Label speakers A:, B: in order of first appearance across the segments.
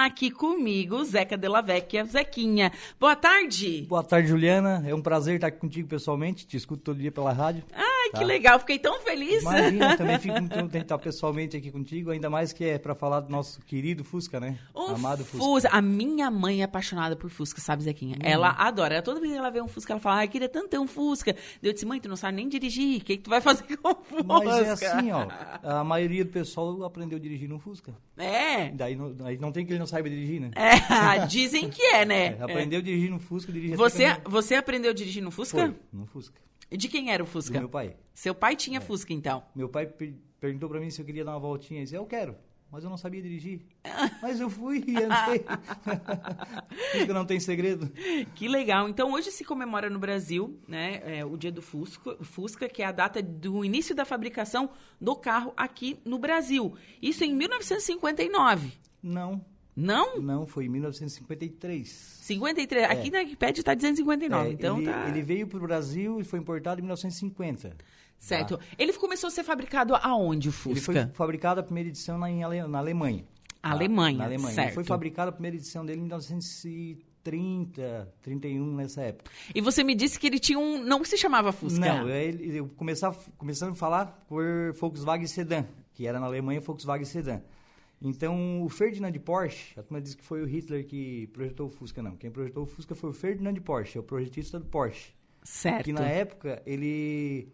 A: aqui comigo Zeca Della Vecchia. Zequinha, boa tarde.
B: Boa tarde, Juliana. É um prazer estar aqui contigo pessoalmente. Te escuto todo dia pela rádio.
A: Ai, que legal. Fiquei tão feliz.
B: Tá. Imagina, tá também fico muito contente de estar pessoalmente aqui contigo, ainda mais que é para falar do nosso querido Fusca, Hum. né?
A: Um
B: Amado
A: Fusca. A minha mãe é apaixonada por Fusca, sabe, Zequinha? Ela adora. Ela- Toda vez que ela vê um Fusca, ela fala, ai, queria tanto ter um Fusca. Eu disse, mãe, tu não sabe nem dirigir. O que, que tu vai fazer com o Fusca?
B: Mas é assim, ó. A maioria do pessoal aprendeu a dirigir no Fusca.
A: É.
B: Daí não, aí não tem que ele não saiba dirigir, né?
A: É, dizem que é, né?
B: É, aprendeu a dirigir no Fusca, dirige
A: É.
B: até
A: Você,
B: que
A: você aprendeu a dirigir no
B: não-
A: Fusca?
B: Foi, no Fusca.
A: De quem era o
B: Do
A: Fusca?
B: meu É. pai.
A: Seu pai tinha Fusca, então.
B: Meu pai per- perguntou pra mim se eu queria dar uma voltinha. Eu disse, eu quero, mas eu não sabia dirigir. Mas eu fui e andei. Fusca não tem segredo.
A: Que legal. Então, hoje se comemora no Brasil, né, é, o dia do Fusca, Fusca, que é a data do início da fabricação do carro aqui no Brasil. Isso em 1959.
B: Não,
A: Não?
B: não, foi em 1953.
A: 53. Aqui na Wikipedia tá está dizendo 59.
B: É,
A: então
B: ele,
A: tá.
B: ele veio pro Brasil e foi importado em 1950.
A: Certo. Ele começou a ser fabricado aonde o
B: Ele
A: Fusca?
B: foi fabricado a primeira edição na, em Ale- na Alemanha. tá?
A: Alemanha,
B: Na Alemanha. Ele
A: certo.
B: foi fabricado a primeira edição dele em 1930, 31, nessa época.
A: E você me disse que ele tinha um. Não se chamava Fusca.
B: Não, é, ele, eu começava, começando a falar por Volkswagen Sedan, que era na Alemanha Volkswagen Sedan. Então, o Ferdinand Porsche, a turma diz que foi o Hitler que projetou o Fusca, não. Quem projetou o Fusca foi o Ferdinand Porsche, é o projetista do Porsche.
A: Certo.
B: Que na época ele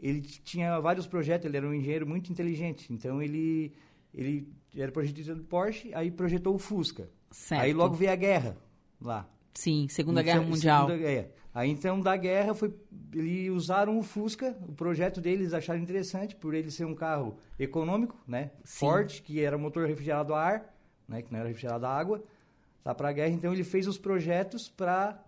B: ele t- tinha vários projetos, ele era um engenheiro muito inteligente. Então ele ele era projetista do Porsche, aí projetou o Fusca.
A: Certo.
B: Aí logo veio a guerra lá.
A: Sim, Segunda
B: Então,
A: Guerra Mundial.
B: Segunda Guerra. Aí então da guerra foi eles usaram o Fusca, o projeto deles acharam interessante por ele ser um carro econômico, né?
A: Sim.
B: Forte, que era motor refrigerado a ar, né, que não era refrigerado a água. Lá para a guerra, então ele fez os projetos para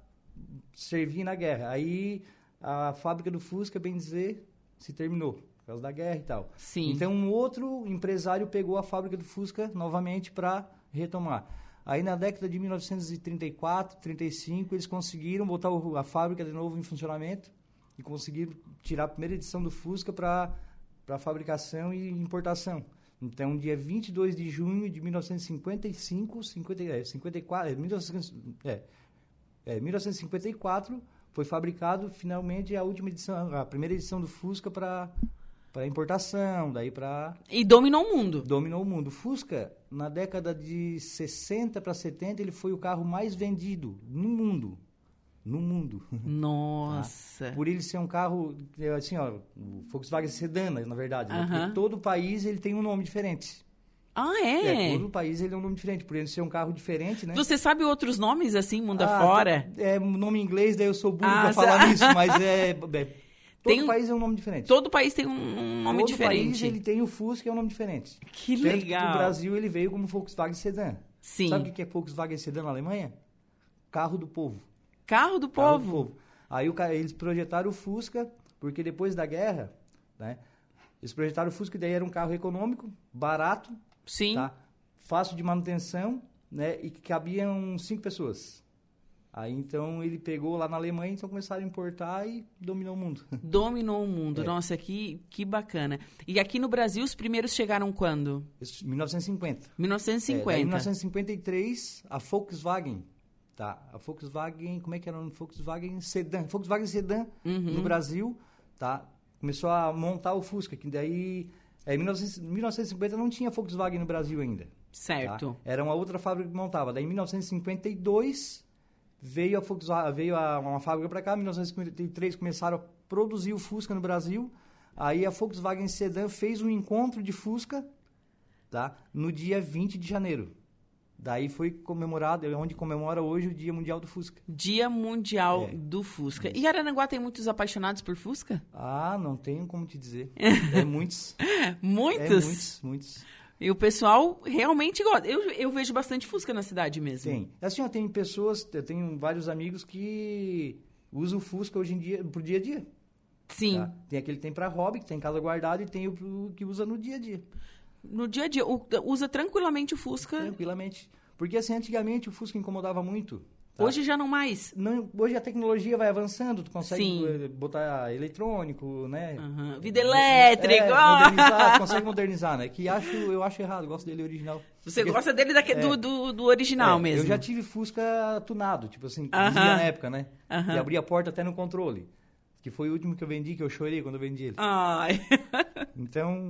B: servir na guerra. Aí a fábrica do Fusca, bem dizer, se terminou por causa da guerra e tal.
A: Sim.
B: Então um outro empresário pegou a fábrica do Fusca novamente para retomar. Aí na década de 1934, 35, eles conseguiram botar o- a fábrica de novo em funcionamento e conseguiram tirar a primeira edição do Fusca para para fabricação e importação. Então, dia 22 de junho de 1955, 50, é, 54, é, 1900, é, é, 1954 foi fabricado finalmente a última edição, a primeira edição do Fusca para para importação, daí para
A: E dominou o mundo.
B: dominou o mundo. O Fusca na década de 60 para 70 ele foi o carro mais vendido no mundo, no mundo.
A: Nossa.
B: Por ele ser um carro é, assim, ó, o Volkswagen Sedan, na verdade, né?
A: Aham.
B: Porque todo país ele tem um nome diferente.
A: Ah, é?
B: É, todo país ele é um nome diferente, por ele ser um carro diferente, né?
A: Você sabe outros nomes assim, mundo
B: Ah,
A: afora?
B: É, um nome em inglês, daí eu sou burro
A: Ah,
B: pra
A: será?
B: falar nisso, mas é. é todo
A: Tem um-
B: país é um nome diferente.
A: Todo país tem um, um nome
B: Todo
A: diferente.
B: país ele tem o Fusca, é um nome diferente.
A: Que
B: Tanto Que
A: legal.
B: no Brasil ele veio como Volkswagen Sedan.
A: Sim.
B: Sabe o que é Volkswagen Sedan na Alemanha? Carro do povo.
A: Carro do
B: Carro do
A: povo.
B: povo. Aí o ca- eles projetaram o Fusca, porque depois da guerra, né? Eles projetaram o Fusca, e daí era um carro econômico, barato,
A: Sim.
B: tá? Fácil de manutenção, né? E que cabiam cinco pessoas. Aí então ele pegou lá na Alemanha, então começaram a importar e dominou o mundo.
A: Dominou o
B: É.
A: mundo. Nossa, que, que bacana. E aqui no Brasil, os primeiros chegaram quando?
B: Isso, 1950. É,
A: 1950.
B: daí em 1953, a Volkswagen, tá? A Volkswagen, como é que era o nome? Volkswagen Sedan. Volkswagen Sedan no Brasil, tá? Começou a montar o Fusca, que daí... É, em 1900 1950 não tinha Volkswagen no Brasil ainda.
A: Certo.
B: Tá? Era uma outra fábrica que montava. Daí, em 1952, veio, a Volkswagen, veio a- uma fábrica para cá. Em 1953, começaram a produzir o Fusca no Brasil. Aí, a Volkswagen Sedan fez um encontro de Fusca tá? no dia 20 de janeiro. Daí foi comemorado, é onde comemora hoje o Dia Mundial do Fusca.
A: Dia Mundial
B: É.
A: do Fusca. E Aranaguá tem muitos apaixonados por Fusca?
B: Ah, não tenho como te dizer. É muitos. É
A: Muitos?
B: muitos, muitos.
A: E o pessoal realmente gosta. Eu, eu vejo bastante Fusca na cidade mesmo.
B: Tem. Assim, ó, tem pessoas, eu tenho vários amigos que usam o Fusca hoje em dia, pro dia a dia.
A: Sim.
B: Tá? Tem aquele que tem para hobby, que tem em casa guardado, e tem o pro- que usa no dia a dia,
A: No dia a dia, o- usa tranquilamente o Fusca.
B: tranquilamente. Porque assim, antigamente o Fusca incomodava muito, Tá.
A: Hoje já não mais.
B: Não- hoje a tecnologia vai avançando, tu consegue
A: Sim.
B: eh, botar eletrônico, né?
A: Aham. Vida elétrica.
B: É,
A: ó.
B: modernizar, consegue modernizar, né? Que acho, eu acho errado, gosto dele original.
A: Você
B: Porque-
A: gosta dele daque- do, do, do original
B: É,
A: mesmo.
B: Eu já tive Fusca tunado, tipo assim,
A: Aham.
B: dizia na época, né?
A: Aham.
B: E abri a porta até no controle. Que foi o último que eu vendi, que eu chorei quando eu vendi ele.
A: Ai.
B: Então,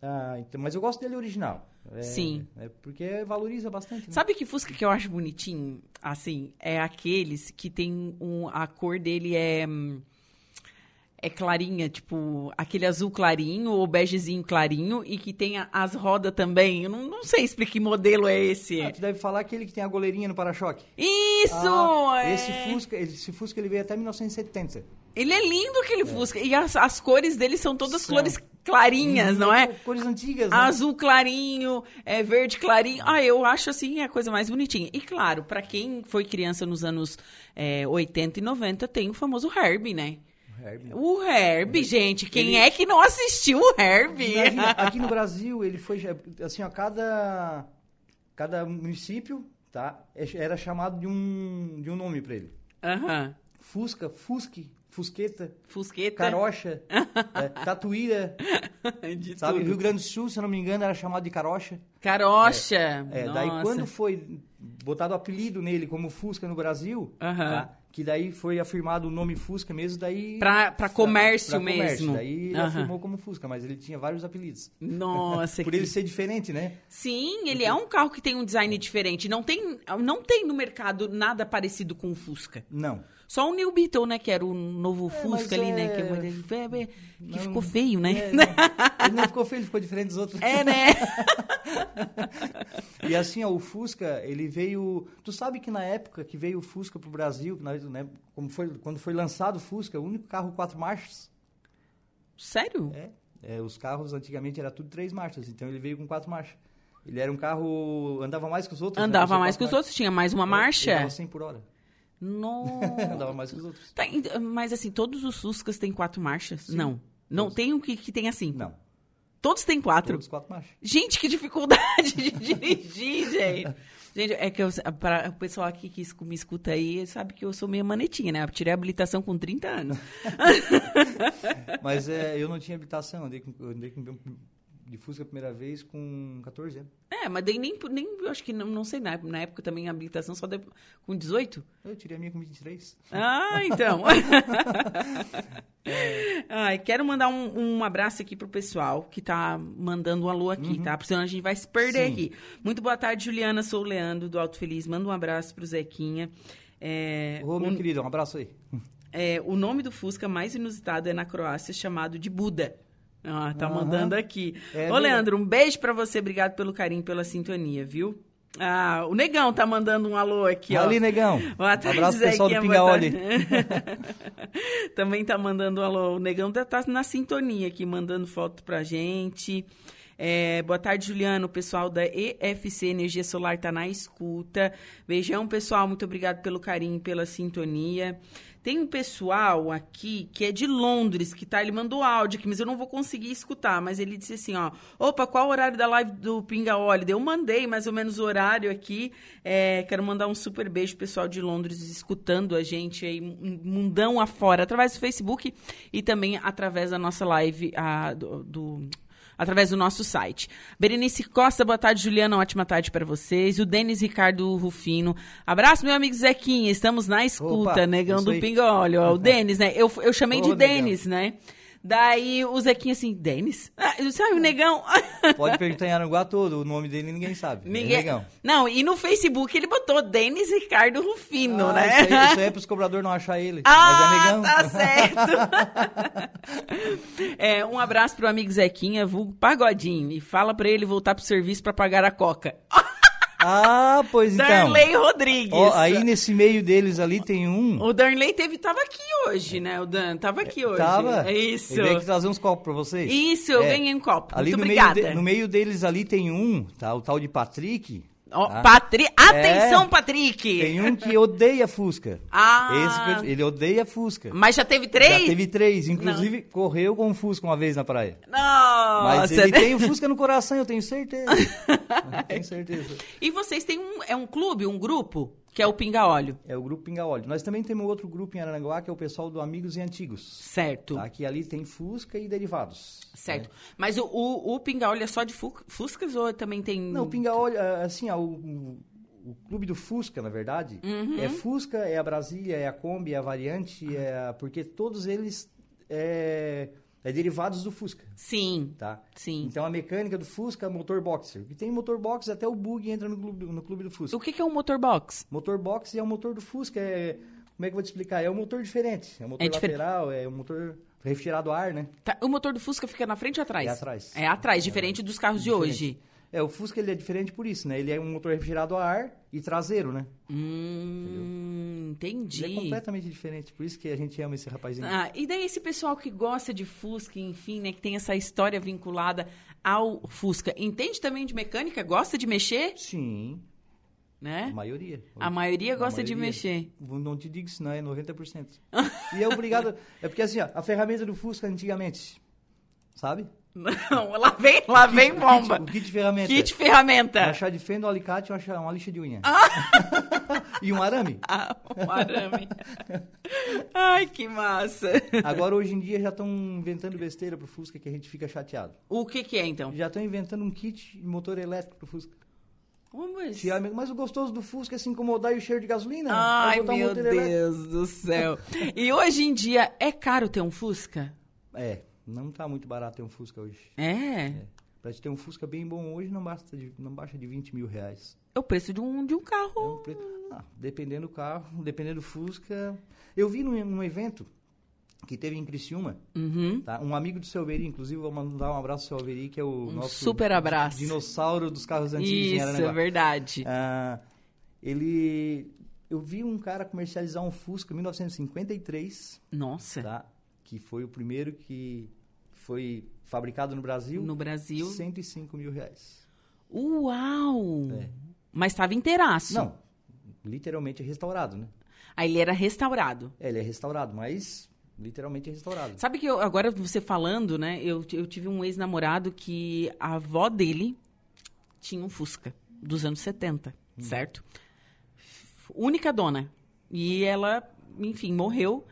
B: ah, então- Mas eu gosto dele original. É,
A: Sim.
B: É porque valoriza bastante. né?
A: Sabe que Fusca que eu acho bonitinho? Assim, é aqueles que tem um, a cor dele é hum, é clarinha, tipo aquele azul clarinho ou begezinho clarinho e que tem a- as rodas também. Eu não, não sei explicar que modelo é esse.
B: Ah, tu deve falar aquele que tem a goleirinha no para-choque.
A: Isso!
B: Ah,
A: é...
B: Esse Fusca, esse Fusca ele veio até 1970.
A: Ele é lindo aquele Fusca. E as, as cores dele são todas
B: São.
A: cores clarinhas, não é?
B: Cores antigas, né?
A: Azul clarinho, é verde clarinho. Ah, eu acho assim a coisa mais bonitinha. E claro, pra quem foi criança nos anos é, 80 e 90, tem o famoso Herbie, né?
B: Herbie.
A: O Herbie, gente, quem é que não assistiu o Herbie?
B: Imagina, aqui no Brasil, ele foi já- assim, ó, cada cada município, tá? é ch- Era chamado de um de um nome pra ele.
A: Aham.
B: Fusca, Fusque, Fusqueta,
A: Fusqueta.
B: Carocha, é, Tatuíra,
A: de
B: sabe?
A: tudo.
B: Rio Grande do Sul, se eu não me engano, era chamado de Carocha.
A: Carocha.
B: É,
A: Nossa.
B: daí quando foi botado o apelido nele como Fusca no Brasil,
A: Aham.
B: tá? que daí foi afirmado o nome Fusca mesmo, daí
A: Pra, pra comércio mesmo.
B: Daí ele
A: Aham.
B: afirmou como Fusca, mas ele tinha vários apelidos.
A: Nossa,
B: Por
A: que
B: ele ser diferente, né?
A: Sim, ele é um carro que tem um design diferente. Não tem, não tem no mercado nada parecido com o Fusca.
B: Não.
A: Só o New Beetle, né? Que era o novo Fusca
B: mas
A: ali, né?
B: é-
A: Que, é uma- é, é, que
B: Não-
A: ficou feio, né?
B: É, não. Ele não ficou feio, ele ficou diferente dos outros.
A: É, né?
B: E assim, ó, o Fusca, ele veio... Tu sabe que na época que veio o Fusca pro Brasil, na- né, como foi, quando foi lançado o Fusca, o único carro quatro marchas...
A: Sério?
B: É, é, os carros antigamente era tudo três marchas, então ele veio com quatro marchas. Ele era um carro... Andava mais que os outros. né, por
A: Andava
B: ser
A: mais que
B: quatro
A: os outros, tinha mais uma
B: marchas. É,
A: marcha.
B: Ele
A: É.
B: andava 100 por hora.
A: Não.
B: andava mais que os outros.
A: Tá, ent- mas assim, todos os Fuscas têm quatro marchas? Não. Não tem um que, que tenha cinco.
B: Não,
A: Todos têm quatro.
B: todos quatro marchas.
A: Gente, que dificuldade de dirigir, gente. Gente, é que eu, para o pessoal aqui que escu- me escuta aí, sabe que eu sou meio manetinha, né? Eu tirei a habilitação com 30 anos.
B: Mas é, eu não tinha habilitação, andei, com, eu andei com, de Fusca a primeira vez com 14 anos.
A: É, mas daí nem, nem eu acho que não, não sei, na, na época também a habilitação só de- com 18?
B: Eu tirei a minha com 23.
A: Ah, então. Ai, quero mandar um, um abraço aqui pro pessoal que tá mandando um alô aqui, tá? Porque senão a gente vai se perder
B: Uhum. Sim.
A: aqui. Muito boa tarde, Juliana. Sou o Leandro do Alto Feliz. Manda um abraço pro Zequinha. É,
B: Ô, meu
A: o-
B: querido, um abraço aí.
A: É, o nome do Fusca mais inusitado é na Croácia chamado de Buda. Ah, tá
B: Aham.
A: mandando aqui.
B: É
A: Ô,
B: verdade.
A: Leandro, um beijo pra você. Obrigado pelo carinho, pela sintonia, viu? Ah, o Negão tá mandando um alô aqui, ó.
B: Ali, negão.
A: Boa tarde,
B: abraço,
A: Zequinha.
B: pessoal do
A: boa
B: Pingaoli.
A: tarde. Também tá mandando um alô. O Negão tá, tá na sintonia aqui, mandando foto pra gente. É, boa tarde, Juliano. O pessoal da EFC Energia Solar tá na escuta. Beijão, pessoal. Muito obrigado pelo carinho, pela sintonia. Tem um pessoal aqui que é de Londres, que tá, ele mandou áudio aqui, mas eu não vou conseguir escutar, mas ele disse assim, ó, opa, qual o horário da live do Pinga Óleo? Eu mandei mais ou menos o horário aqui, é, quero mandar um super beijo pro pessoal de Londres escutando a gente aí, mu- mundão afora, através do Facebook e também através da nossa live a, do- do através do nosso site. Berenice Costa, boa tarde, Juliana, ótima tarde para vocês. O Denis Ricardo Rufino, abraço, meu amigo Zequinha, estamos na escuta,
B: Opa,
A: negão
B: isso
A: do
B: aí.
A: Pingolho, ó, o Denis, né? Eu, eu chamei
B: Ô,
A: de
B: negão.
A: Denis, né? Daí o Zequinha assim, Denis? Ah, sabe o negão?
B: Pode perguntar em Aranguá todo, o nome dele ninguém sabe. É
A: Ninguém...
B: negão.
A: Não, e no Facebook ele botou Denis Ricardo Rufino,
B: Ah,
A: né?
B: Isso aí, isso aí é pros cobradores não achar ele. mas é
A: Ah,
B: negão.
A: tá certo. É, um abraço pro amigo Zequinha, vulgo Pagodinho, e fala pra ele voltar pro serviço pra pagar a coca.
B: Ah, pois então.
A: Darley Rodrigues.
B: Ó, aí nesse meio deles ali tem um.
A: O Darley teve, tava aqui hoje, né? O Dan tava aqui hoje.
B: Tava?
A: É Isso.
B: Ele veio aqui trazer uns copos pra vocês.
A: Isso, eu
B: É.
A: ganhei um copo.
B: Ali
A: Muito
B: no meio,
A: obrigada.
B: de- no meio deles ali tem um, tá? O tal de Patrick.
A: Ó,
B: tá?
A: Patri... Atenção,
B: É.
A: Patrick!
B: Tem um que odeia Fusca.
A: Ah.
B: Esse que- ele odeia Fusca.
A: Mas já teve três?
B: Já teve três. Inclusive, correu com o Fusca uma vez na praia.
A: Nossa!
B: Mas ele tem o Fusca no coração, eu tenho certeza. Eu tenho certeza.
A: E vocês têm um... É um clube, um grupo? Que é o Pinga Óleo.
B: É o grupo Pinga Óleo. Nós também temos outro grupo em Arananguá, que é o pessoal do Amigos e Antigos.
A: Certo.
B: Tá? É. Que ali tem Fusca e derivados.
A: Certo. Mas o, o, o Pinga Óleo é só de fu- Fuscas ou também tem.
B: Não, o Pinga Óleo, ah, assim, ó, o, o- o clube do Fusca, na verdade,
A: Uhum.
B: é Fusca, é a Brasília, é a Kombi, é a Variante,
A: Ah.
B: é a- porque todos eles é, é derivados do Fusca,
A: Sim.
B: tá?
A: Sim.
B: Então a mecânica do Fusca é motor boxer. E tem motor boxer até o bug entra no clube, do- no clube do Fusca.
A: O que, que é um motorbox?
B: Motor boxer é o motor do Fusca, é, como é que eu vou te explicar? É um motor diferente, é um motor
A: É diferente.
B: lateral, é um motor refrigerado a ar, né?
A: Tá, o motor do Fusca fica na frente ou atrás?
B: É atrás.
A: É atrás, diferente dos carros de hoje.
B: É, o Fusca ele é diferente por isso, né? Ele é um motor refrigerado a ar e traseiro, né?
A: Hum, entendi.
B: Ele é completamente diferente, por isso que a gente ama esse rapazinho.
A: Ah, e daí esse pessoal que gosta de Fusca, enfim, né, que tem essa história vinculada ao Fusca, entende também de mecânica, gosta de mexer,
B: Sim, a
A: né?
B: maioria.
A: A maioria
B: A
A: gosta de
B: maioria.
A: mexer.
B: Vou- Não te digo se não, é 90%. e é obrigado... É porque assim, ó, a ferramenta do Fusca antigamente, sabe?
A: Não, lá vem, lá vem bomba.
B: O kit de ferramenta.
A: Kit
B: Uma
A: ferramenta.
B: chá de fenda, um alicate, uma, chá- uma lixa de unha. e um arame.
A: Ah, um arame. Ai, que massa.
B: Agora, hoje em dia, já estão inventando besteira pro Fusca que a gente fica chateado.
A: O que que é, então?
B: Já estão inventando um kit de motor elétrico pro Fusca.
A: Oh, mas-
B: Se a- Mas o gostoso do Fusca é se incomodar e o cheiro de gasolina.
A: Ai,
B: Vai botar um
A: meu
B: motor elétrico.
A: Deus do céu. E hoje em dia, é caro ter um Fusca?
B: É, não tá muito barato ter um Fusca hoje.
A: É.
B: Pra te ter um Fusca bem bom hoje, não, basta de, não baixa de 20 mil reais.
A: É o preço de um, de um
B: É
A: carro.
B: um preto. Ah, dependendo do carro, dependendo do Fusca. Eu vi num, num evento que teve em Criciúma,
A: Uhum.
B: tá? um amigo do seu Alberi, inclusive, vou mandar um abraço ao seu Alberi, que é o
A: Um
B: nosso
A: super abraço.
B: dinossauro dos carros antigos em
A: Isso, é
B: Araranguá.
A: verdade.
B: Ah, ele. Eu vi um cara comercializar um Fusca 1953,
A: Nossa,
B: tá? Que foi o primeiro que foi fabricado no Brasil.
A: no Brasil.
B: 105 mil reais.
A: Uau!
B: É.
A: Mas estava inteiraço.
B: Não, literalmente é restaurado, né?
A: Aí ele era restaurado.
B: É, ele é restaurado, mas literalmente é restaurado.
A: Sabe que eu- agora você falando, né? Eu, eu tive um ex-namorado que a avó dele tinha um Fusca dos anos 70,
B: Hum.
A: certo? Única dona. E ela, enfim, morreu.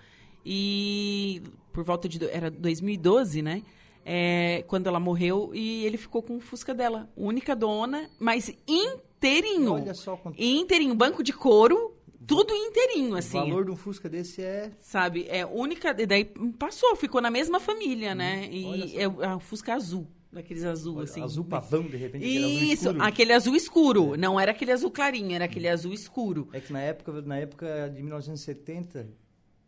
A: E por volta de. do- Era 2012, né? É, quando ela morreu e ele ficou com o Fusca dela. Única dona, mas inteirinho.
B: Olha só quanto
A: inteirinho, banco de couro, tudo inteirinho, Então,
B: o
A: assim.
B: valor de um Fusca desse é.
A: Sabe? É única. E daí passou, ficou na mesma família, né?
B: Uhum. olha
A: E
B: só.
A: é o- é o Fusca azul, daqueles azul,
B: olha,
A: assim.
B: azul pavão, de repente. aquele azul
A: Isso,
B: escuro.
A: aquele azul escuro. Não era aquele azul clarinho, era aquele azul escuro.
B: É que na época, na época de 1970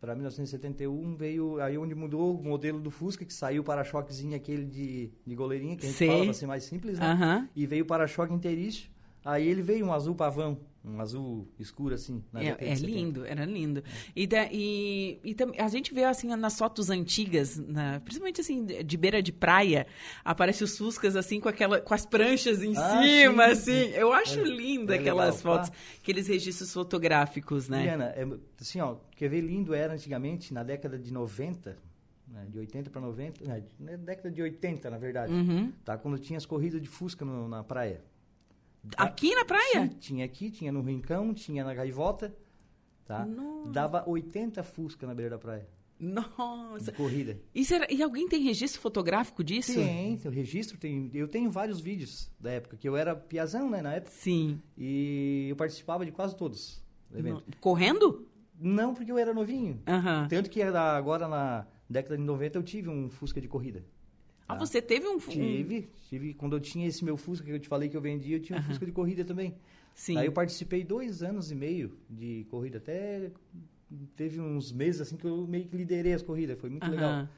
B: para 1971 veio aí onde mudou o modelo do Fusca, que saiu o para-choquezinho aquele de, de goleirinha, que a gente
A: Sei. Ah.
B: fala pra ser mais simples, né?
A: Aham.
B: E veio o para-choque inteirício. Aí ele veio um azul pavão, um azul escuro assim. na década
A: É, é
B: de É. 70.
A: lindo, era lindo. E, da- e- e tam- a gente vê assim nas fotos antigas, na- principalmente assim de de beira de praia, aparece os Fuscas assim com aquela, com as pranchas em
B: Ah,
A: cima,
B: sim.
A: assim. Eu acho
B: É,
A: linda
B: é
A: aquelas
B: legal,
A: fotos,
B: tá?
A: aqueles registros fotográficos, né?
B: Juliana, é, assim, ó, quer ver lindo era antigamente, na década de 90, né, de 80 para 90, né, na década de 80, na verdade,
A: Uhum.
B: tá? Quando tinha as corridas de Fusca no- na praia.
A: Aqui na praia?
B: É. Sim, tinha aqui, tinha no Rincão, tinha na Gaivota, tá?
A: Nossa.
B: Dava 80 Fusca na beira da praia, de
A: Nossa.
B: corrida.
A: Isso era- e alguém tem registro fotográfico disso?
B: Tem, tem o registro, tem, eu tenho vários vídeos da época, que eu era piazão, né, na época,
A: Sim.
B: e eu participava de quase todos do evento.
A: No- Correndo?
B: Não porque eu era novinho,
A: Aham.
B: Tanto que era agora na década de 90 eu tive um Fusca de corrida.
A: Ah, você teve um. um-
B: Tive, tive. Quando eu tinha esse meu Fusca que eu te falei que eu vendia, eu tinha um Fusca de corrida também.
A: Sim.
B: Aí eu participei dois anos e meio de corrida. Até teve uns meses assim que eu meio que liderei as corridas. Foi muito legal.
A: Aham. né?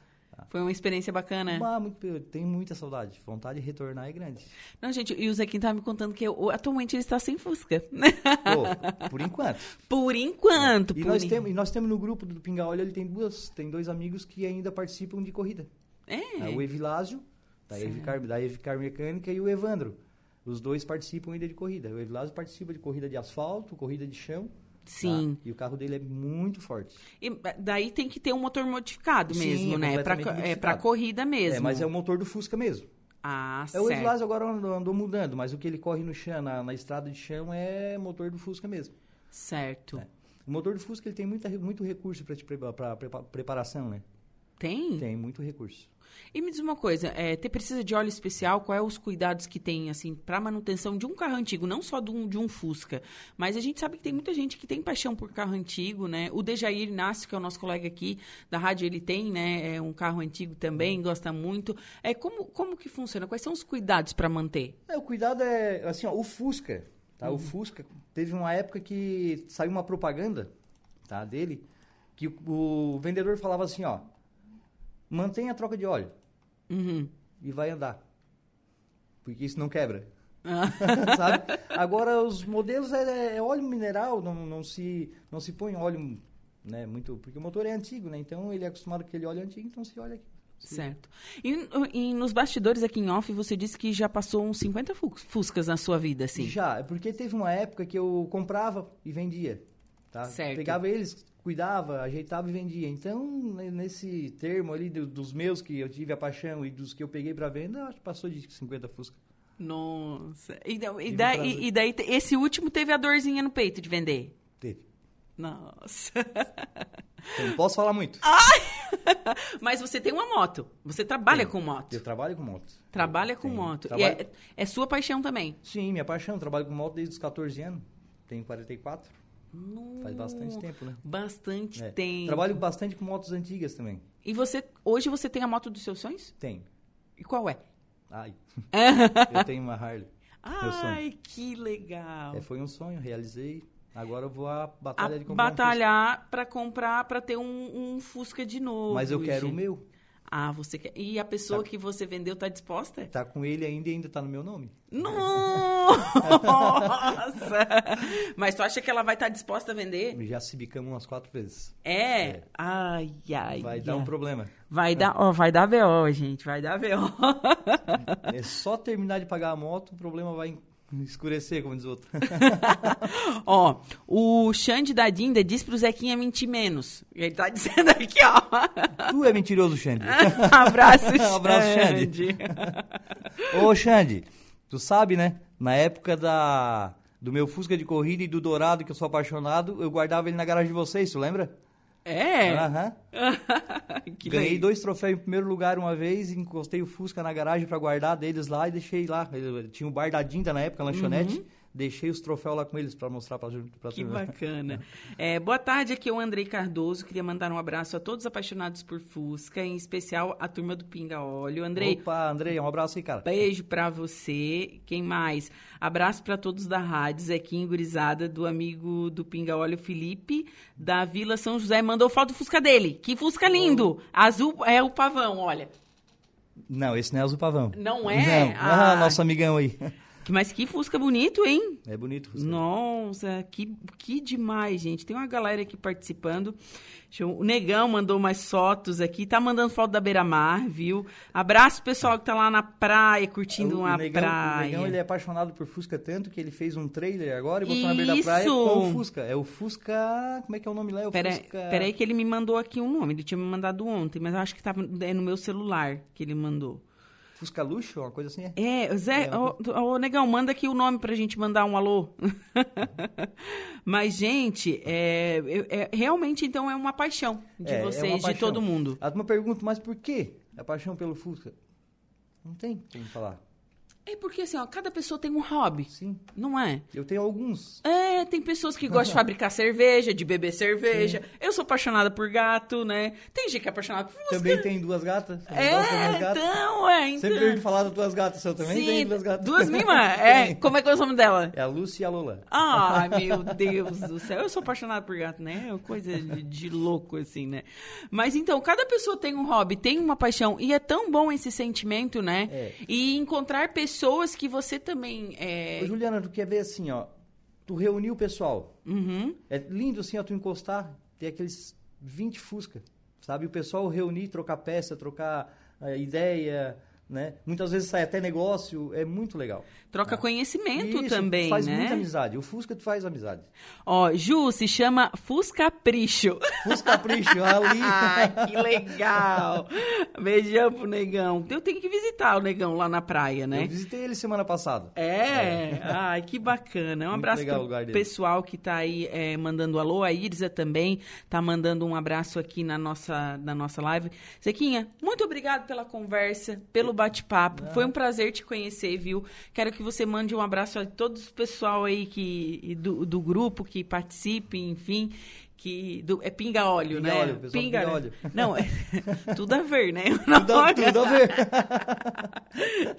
A: Foi uma experiência bacana.
B: Ah, muito, eu tenho muita saudade. Vontade de retornar é grande.
A: Não, gente, e o Zequinho tava me contando que eu- atualmente ele está sem Fusca. né?
B: Pô, por enquanto.
A: por enquanto,
B: É. E
A: por
B: nós,
A: en-
B: temos, e nós temos no grupo do Pinga Olho, ele tem duas, tem dois amigos que ainda participam de corrida.
A: É.
B: É o Evilásio, da Evicar, da Evicar Mecânica, e o Evandro. Os dois participam ainda de corrida. O Evilásio participa de corrida de asfalto, corrida de chão. tá?
A: Sim.
B: E o carro dele é muito forte.
A: E daí tem que ter um motor modificado
B: Sim,
A: mesmo, né? Pra,
B: completamente
A: co- é
B: modificado.
A: pra corrida mesmo.
B: É, mas é o motor do Fusca mesmo.
A: Ah,
B: É, o
A: certo.
B: Evilásio agora andou, andou mudando, mas o que ele corre no chão, na, na estrada de chão, é motor do Fusca mesmo.
A: Certo.
B: É. O motor de Fusca ele tem muita, muito recurso para prepa, preparação, né?
A: Tem?
B: Tem muito recurso.
A: E me diz uma coisa, é, te precisa de óleo especial? Qual é os cuidados que tem, assim, para manutenção de um carro antigo, não só de um, de um Fusca? Mas a gente sabe que tem muita gente que tem paixão por carro antigo, né? O Dejair Inácio, que é o nosso colega aqui da rádio, ele tem, né, é um carro antigo também, gosta muito. É, como, como que funciona? Quais são os cuidados para manter?
B: É, o cuidado é, assim, ó, o Fusca, tá? O Fusca, teve uma época que saiu uma propaganda, tá, dele, que o, o vendedor falava assim, ó, mantenha a troca de óleo
A: Uhum.
B: e vai andar. Porque isso não quebra.
A: Ah,
B: Sabe? Agora os modelos é, é óleo mineral, não, não se não se põe óleo, né, muito, porque o motor é antigo, né? Então ele é acostumado com aquele óleo antigo, então se olha aqui.
A: certo. E, e nos bastidores aqui em off, você disse que já passou uns 50 fus- Fuscas na sua vida, assim.
B: Já, é porque teve uma época que eu comprava e vendia, tá?
A: Certo.
B: Pegava eles, cuidava, ajeitava e vendia. Então, ne- nesse termo ali do- dos meus que eu tive a paixão e dos que eu peguei para venda, acho que passou de 50 Fusca.
A: Nossa. E, da- e
B: E
A: da-
B: no Brasil?
A: e- e daí, te- esse último teve a dorzinha no peito de vender.
B: Teve.
A: Nossa.
B: Então, não posso falar muito.
A: Ah! Mas você tem uma moto. Você trabalha
B: Tenho.
A: com moto.
B: Eu trabalho com moto.
A: Trabalha com
B: Tenho.
A: moto. E
B: Trabalho-
A: é, é sua paixão também.
B: Sim, minha paixão. Trabalho com moto desde os 14 anos. Tenho 44. Faz bastante
A: No-
B: tempo, né?
A: Bastante
B: É.
A: Uh, tempo.
B: Trabalho bastante com motos antigas também.
A: E você, hoje você tem a moto dos seus sonhos?
B: Tenho.
A: E qual é?
B: Ai. eu tenho uma Harley.
A: Ai, que legal.
B: É, foi um sonho, realizei. Agora eu vou à
A: Então, A
B: batalha de comprar um
A: batalhar pra comprar, pra ter um, um Fusca de novo.
B: Fusca. Mas eu quero o
A: gente.
B: meu.
A: Ah, você quer. E a pessoa que você vendeu tá disposta?
B: Tá com ele ainda e ainda tá no meu nome.
A: Nossa! Mas tu acha que ela vai estar disposta a vender?
B: Já se bicamos umas quatro vezes.
A: É? Ai, ai.
B: Vai dar
A: ai.
B: um problema.
A: Vai dar, ó, vai dar BO, gente, vai dar BO.
B: É só terminar de pagar a moto, o problema vai escurecer, como diz o outro.
A: ó, o Xande da Dinda diz pro Zequinha mentir menos. Ele tá dizendo aqui, ó.
B: tu é mentiroso, Xande.
A: Abraço, Xande.
B: Abraço, Xande. Ô, Xande, tu sabe, né? Na época da, do meu Fusca de corrida e do Dourado, que eu sou apaixonado, eu guardava ele na garagem de vocês, tu lembra?
A: É?
B: Aham.
A: que
B: Ah. Ganhei
A: legal.
B: dois troféus em primeiro lugar uma vez, encostei o Fusca na garagem pra guardar deles lá e deixei lá. Eu- Tinha um bar da Dinda na época, a lanchonete. Deixei os troféus lá com eles pra mostrar pra, ju- pra
A: Uhum. Que
B: turma.
A: bacana. É, boa tarde, aqui é o Andrei Cardoso. Queria mandar um abraço a todos apaixonados por Fusca, em especial a turma do Pinga Óleo. Andrei,
B: Opa, Andrei, um abraço aí, cara.
A: Beijo pra você. Quem mais? Abraço pra todos da rádio, Zequinho Gurizada, do amigo do Pinga Óleo Felipe, da Vila São José. Mandou foto do Fusca dele. Que Fusca lindo! Azul é o pavão, olha.
B: Não, esse não é o Zupavão.
A: Não é?
B: Não. Ah,
A: Ah.
B: nosso amigão aí.
A: Que- Mas que Fusca bonito, hein?
B: É bonito o Fusca.
A: Nossa, que, que demais, gente. Tem uma galera aqui participando. Deixa eu- O Negão mandou umas fotos aqui. Tá mandando foto da beira-mar, viu? Abraço, pessoal, que tá lá na praia, curtindo
B: O- o
A: uma
B: Negão-
A: praia.
B: O Negão ele é apaixonado por Fusca tanto que ele fez um trailer agora e botou na beira da
A: Isso!
B: praia com o Fusca. É o Fusca. Como é que é o nome lá? É o
A: Pera,
B: Fusca.
A: Peraí que ele me mandou aqui um nome. Ele tinha me mandado ontem, mas eu acho que tava, é no meu celular que ele mandou.
B: Fusca Luxo, uma coisa assim? É?
A: É, Zé,
B: É,
A: ô, ô, Negão, manda aqui o nome pra gente mandar um alô. mas, gente, é, eu- é- realmente, então, é uma paixão de
B: É, é uma
A: vocês, de
B: paixão.
A: todo mundo.
B: A turma pergunta, mas por que a paixão pelo Fusca? Não tem como falar.
A: É porque, assim, ó, cada pessoa tem um hobby,
B: Sim,
A: não é?
B: eu tenho alguns.
A: É, tem pessoas que gostam de fabricar cerveja, de beber cerveja. Eu sou apaixonada por gato, né? Tem gente que é apaixonada por música.
B: Também tem duas gatas. você gosta
A: É,
B: das gatas?
A: então, é, então.
B: Sempre ouvi falar das duas gatas. Eu também tenho duas gatas.
A: Duas mimas? É,
B: Tem.
A: como é que é o nome dela?
B: É a Lúcia e a Lola.
A: Ah, meu Deus do céu. Eu sou apaixonada por gato, né? É uma coisa de, de louco, assim, né? Mas então, cada pessoa tem um hobby, tem uma paixão. E é tão bom esse sentimento, né?
B: É.
A: E encontrar pessoas que você também. É...
B: Ô, Juliana, tu quer ver assim, ó. Tu reuniu o pessoal.
A: Uhum.
B: É lindo assim, ó, tu encostar, ter aqueles 20 Fusca, sabe? O pessoal reunir, trocar peça, trocar eh, ideia, né? Muitas vezes sai até negócio, é muito legal.
A: Troca
B: Ah.
A: conhecimento
B: Isso,
A: também,
B: faz
A: né?
B: muita amizade. O Fusca tu faz amizade.
A: Ó, Ju, se chama Fuscapricho.
B: Fusca Capricho, ali.
A: Ai, que legal. Beijão pro Negão. Eu tenho que visitar o Negão lá na praia, né?
B: Eu visitei ele semana passada.
A: É, ai, que bacana. Um
B: Muito
A: abraço
B: legal o
A: pro
B: lugar dele.
A: pessoal que tá aí é, mandando alô. A Irza também tá mandando um abraço aqui na nossa, na nossa live. Zequinha, muito obrigado pela conversa, pelo bate-papo. Foi um prazer te conhecer, viu? Quero que você mande um abraço a todos o pessoal aí que, e do, do grupo que participe, enfim. Que do- é pinga óleo,
B: Pinga
A: né?
B: óleo, pessoal, pinga óleo.
A: Não, é, tudo a ver, né?
B: Tudo, a- tudo a ver.
A: É,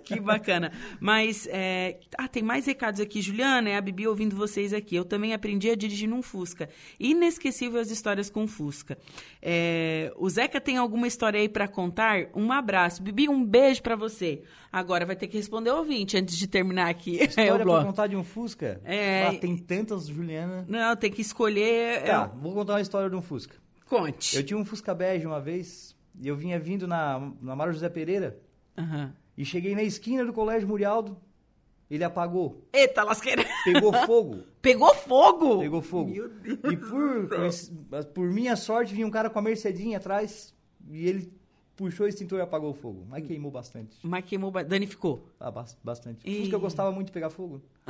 A: Que bacana. Mas, é, ah, tem mais recados aqui. Juliana, é a Bibi ouvindo vocês aqui. Eu também aprendi a dirigir num Fusca. Inesquecível as histórias com Fusca. É, o Zeca tem alguma história aí pra contar? Um abraço. Bibi, um beijo pra você. Agora vai ter que responder o ouvinte antes de terminar aqui. é, o
B: História pra
A: bloco.
B: contar de um Fusca?
A: É.
B: Ah, tem tantas, Juliana.
A: Não, tem que escolher.
B: Tá,
A: é,
B: vou contar uma história de um Fusca.
A: Conte.
B: Eu tinha um Fusca Bege uma vez, e eu vinha vindo na, na Mário José Pereira,
A: Aham.
B: e cheguei na esquina do Colégio Murialdo, ele apagou,
A: Eita, lasqueira.
B: pegou fogo,
A: Pegou fogo!
B: pegou fogo.
A: Meu Deus.
B: E por, mas por minha sorte, vinha um cara com a Mercedinha atrás, e ele puxou o extintor e apagou o fogo. Mas queimou bastante,
A: Mas queimou, ba- danificou.
B: ah, bas- bastante.
A: Ih.
B: Fusca gostava muito de pegar fogo.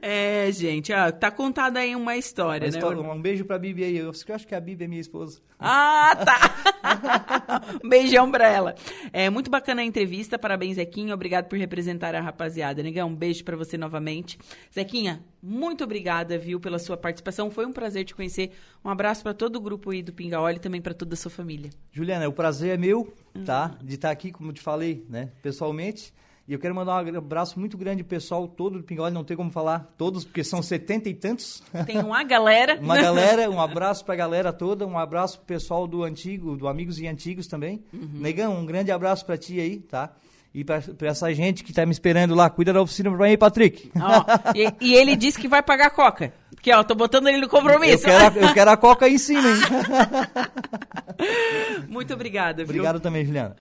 A: é, gente, ó, tá contada aí uma história,
B: Mas
A: né?
B: história- um beijo pra Bibi aí, eu acho que a Bibi é minha esposa.
A: Ah, tá! Um Beijão pra ela. É muito bacana a entrevista, parabéns, Zequinha. Obrigado por representar a rapaziada. Negão, um beijo pra você novamente. Zequinha, muito obrigada, viu, pela sua participação. Foi um prazer te conhecer. Um abraço pra todo o grupo aí do Pinga Óleo e também pra toda a sua família.
B: Juliana, o prazer é meu, tá? De estar aqui, como eu te falei, né? Pessoalmente. E eu quero mandar um abraço muito grande pro pessoal todo do Pingole, não tem como falar todos, porque são setenta e tantos.
A: Tem uma galera.
B: Uma galera, um abraço pra galera toda, um abraço pro pessoal do antigo, do Amigos e Antigos também. Negão, um grande abraço pra ti aí, tá? E pra, pra essa gente que tá me esperando lá, cuida da oficina pra mim, Patrick.
A: Ó, e, e ele disse que vai pagar a coca. Porque, ó, tô botando ele no
B: Eu
A: compromisso.
B: quero, a, eu quero a coca aí em cima, hein?
A: Muito obrigada, viu?
B: Obrigado também, Juliana.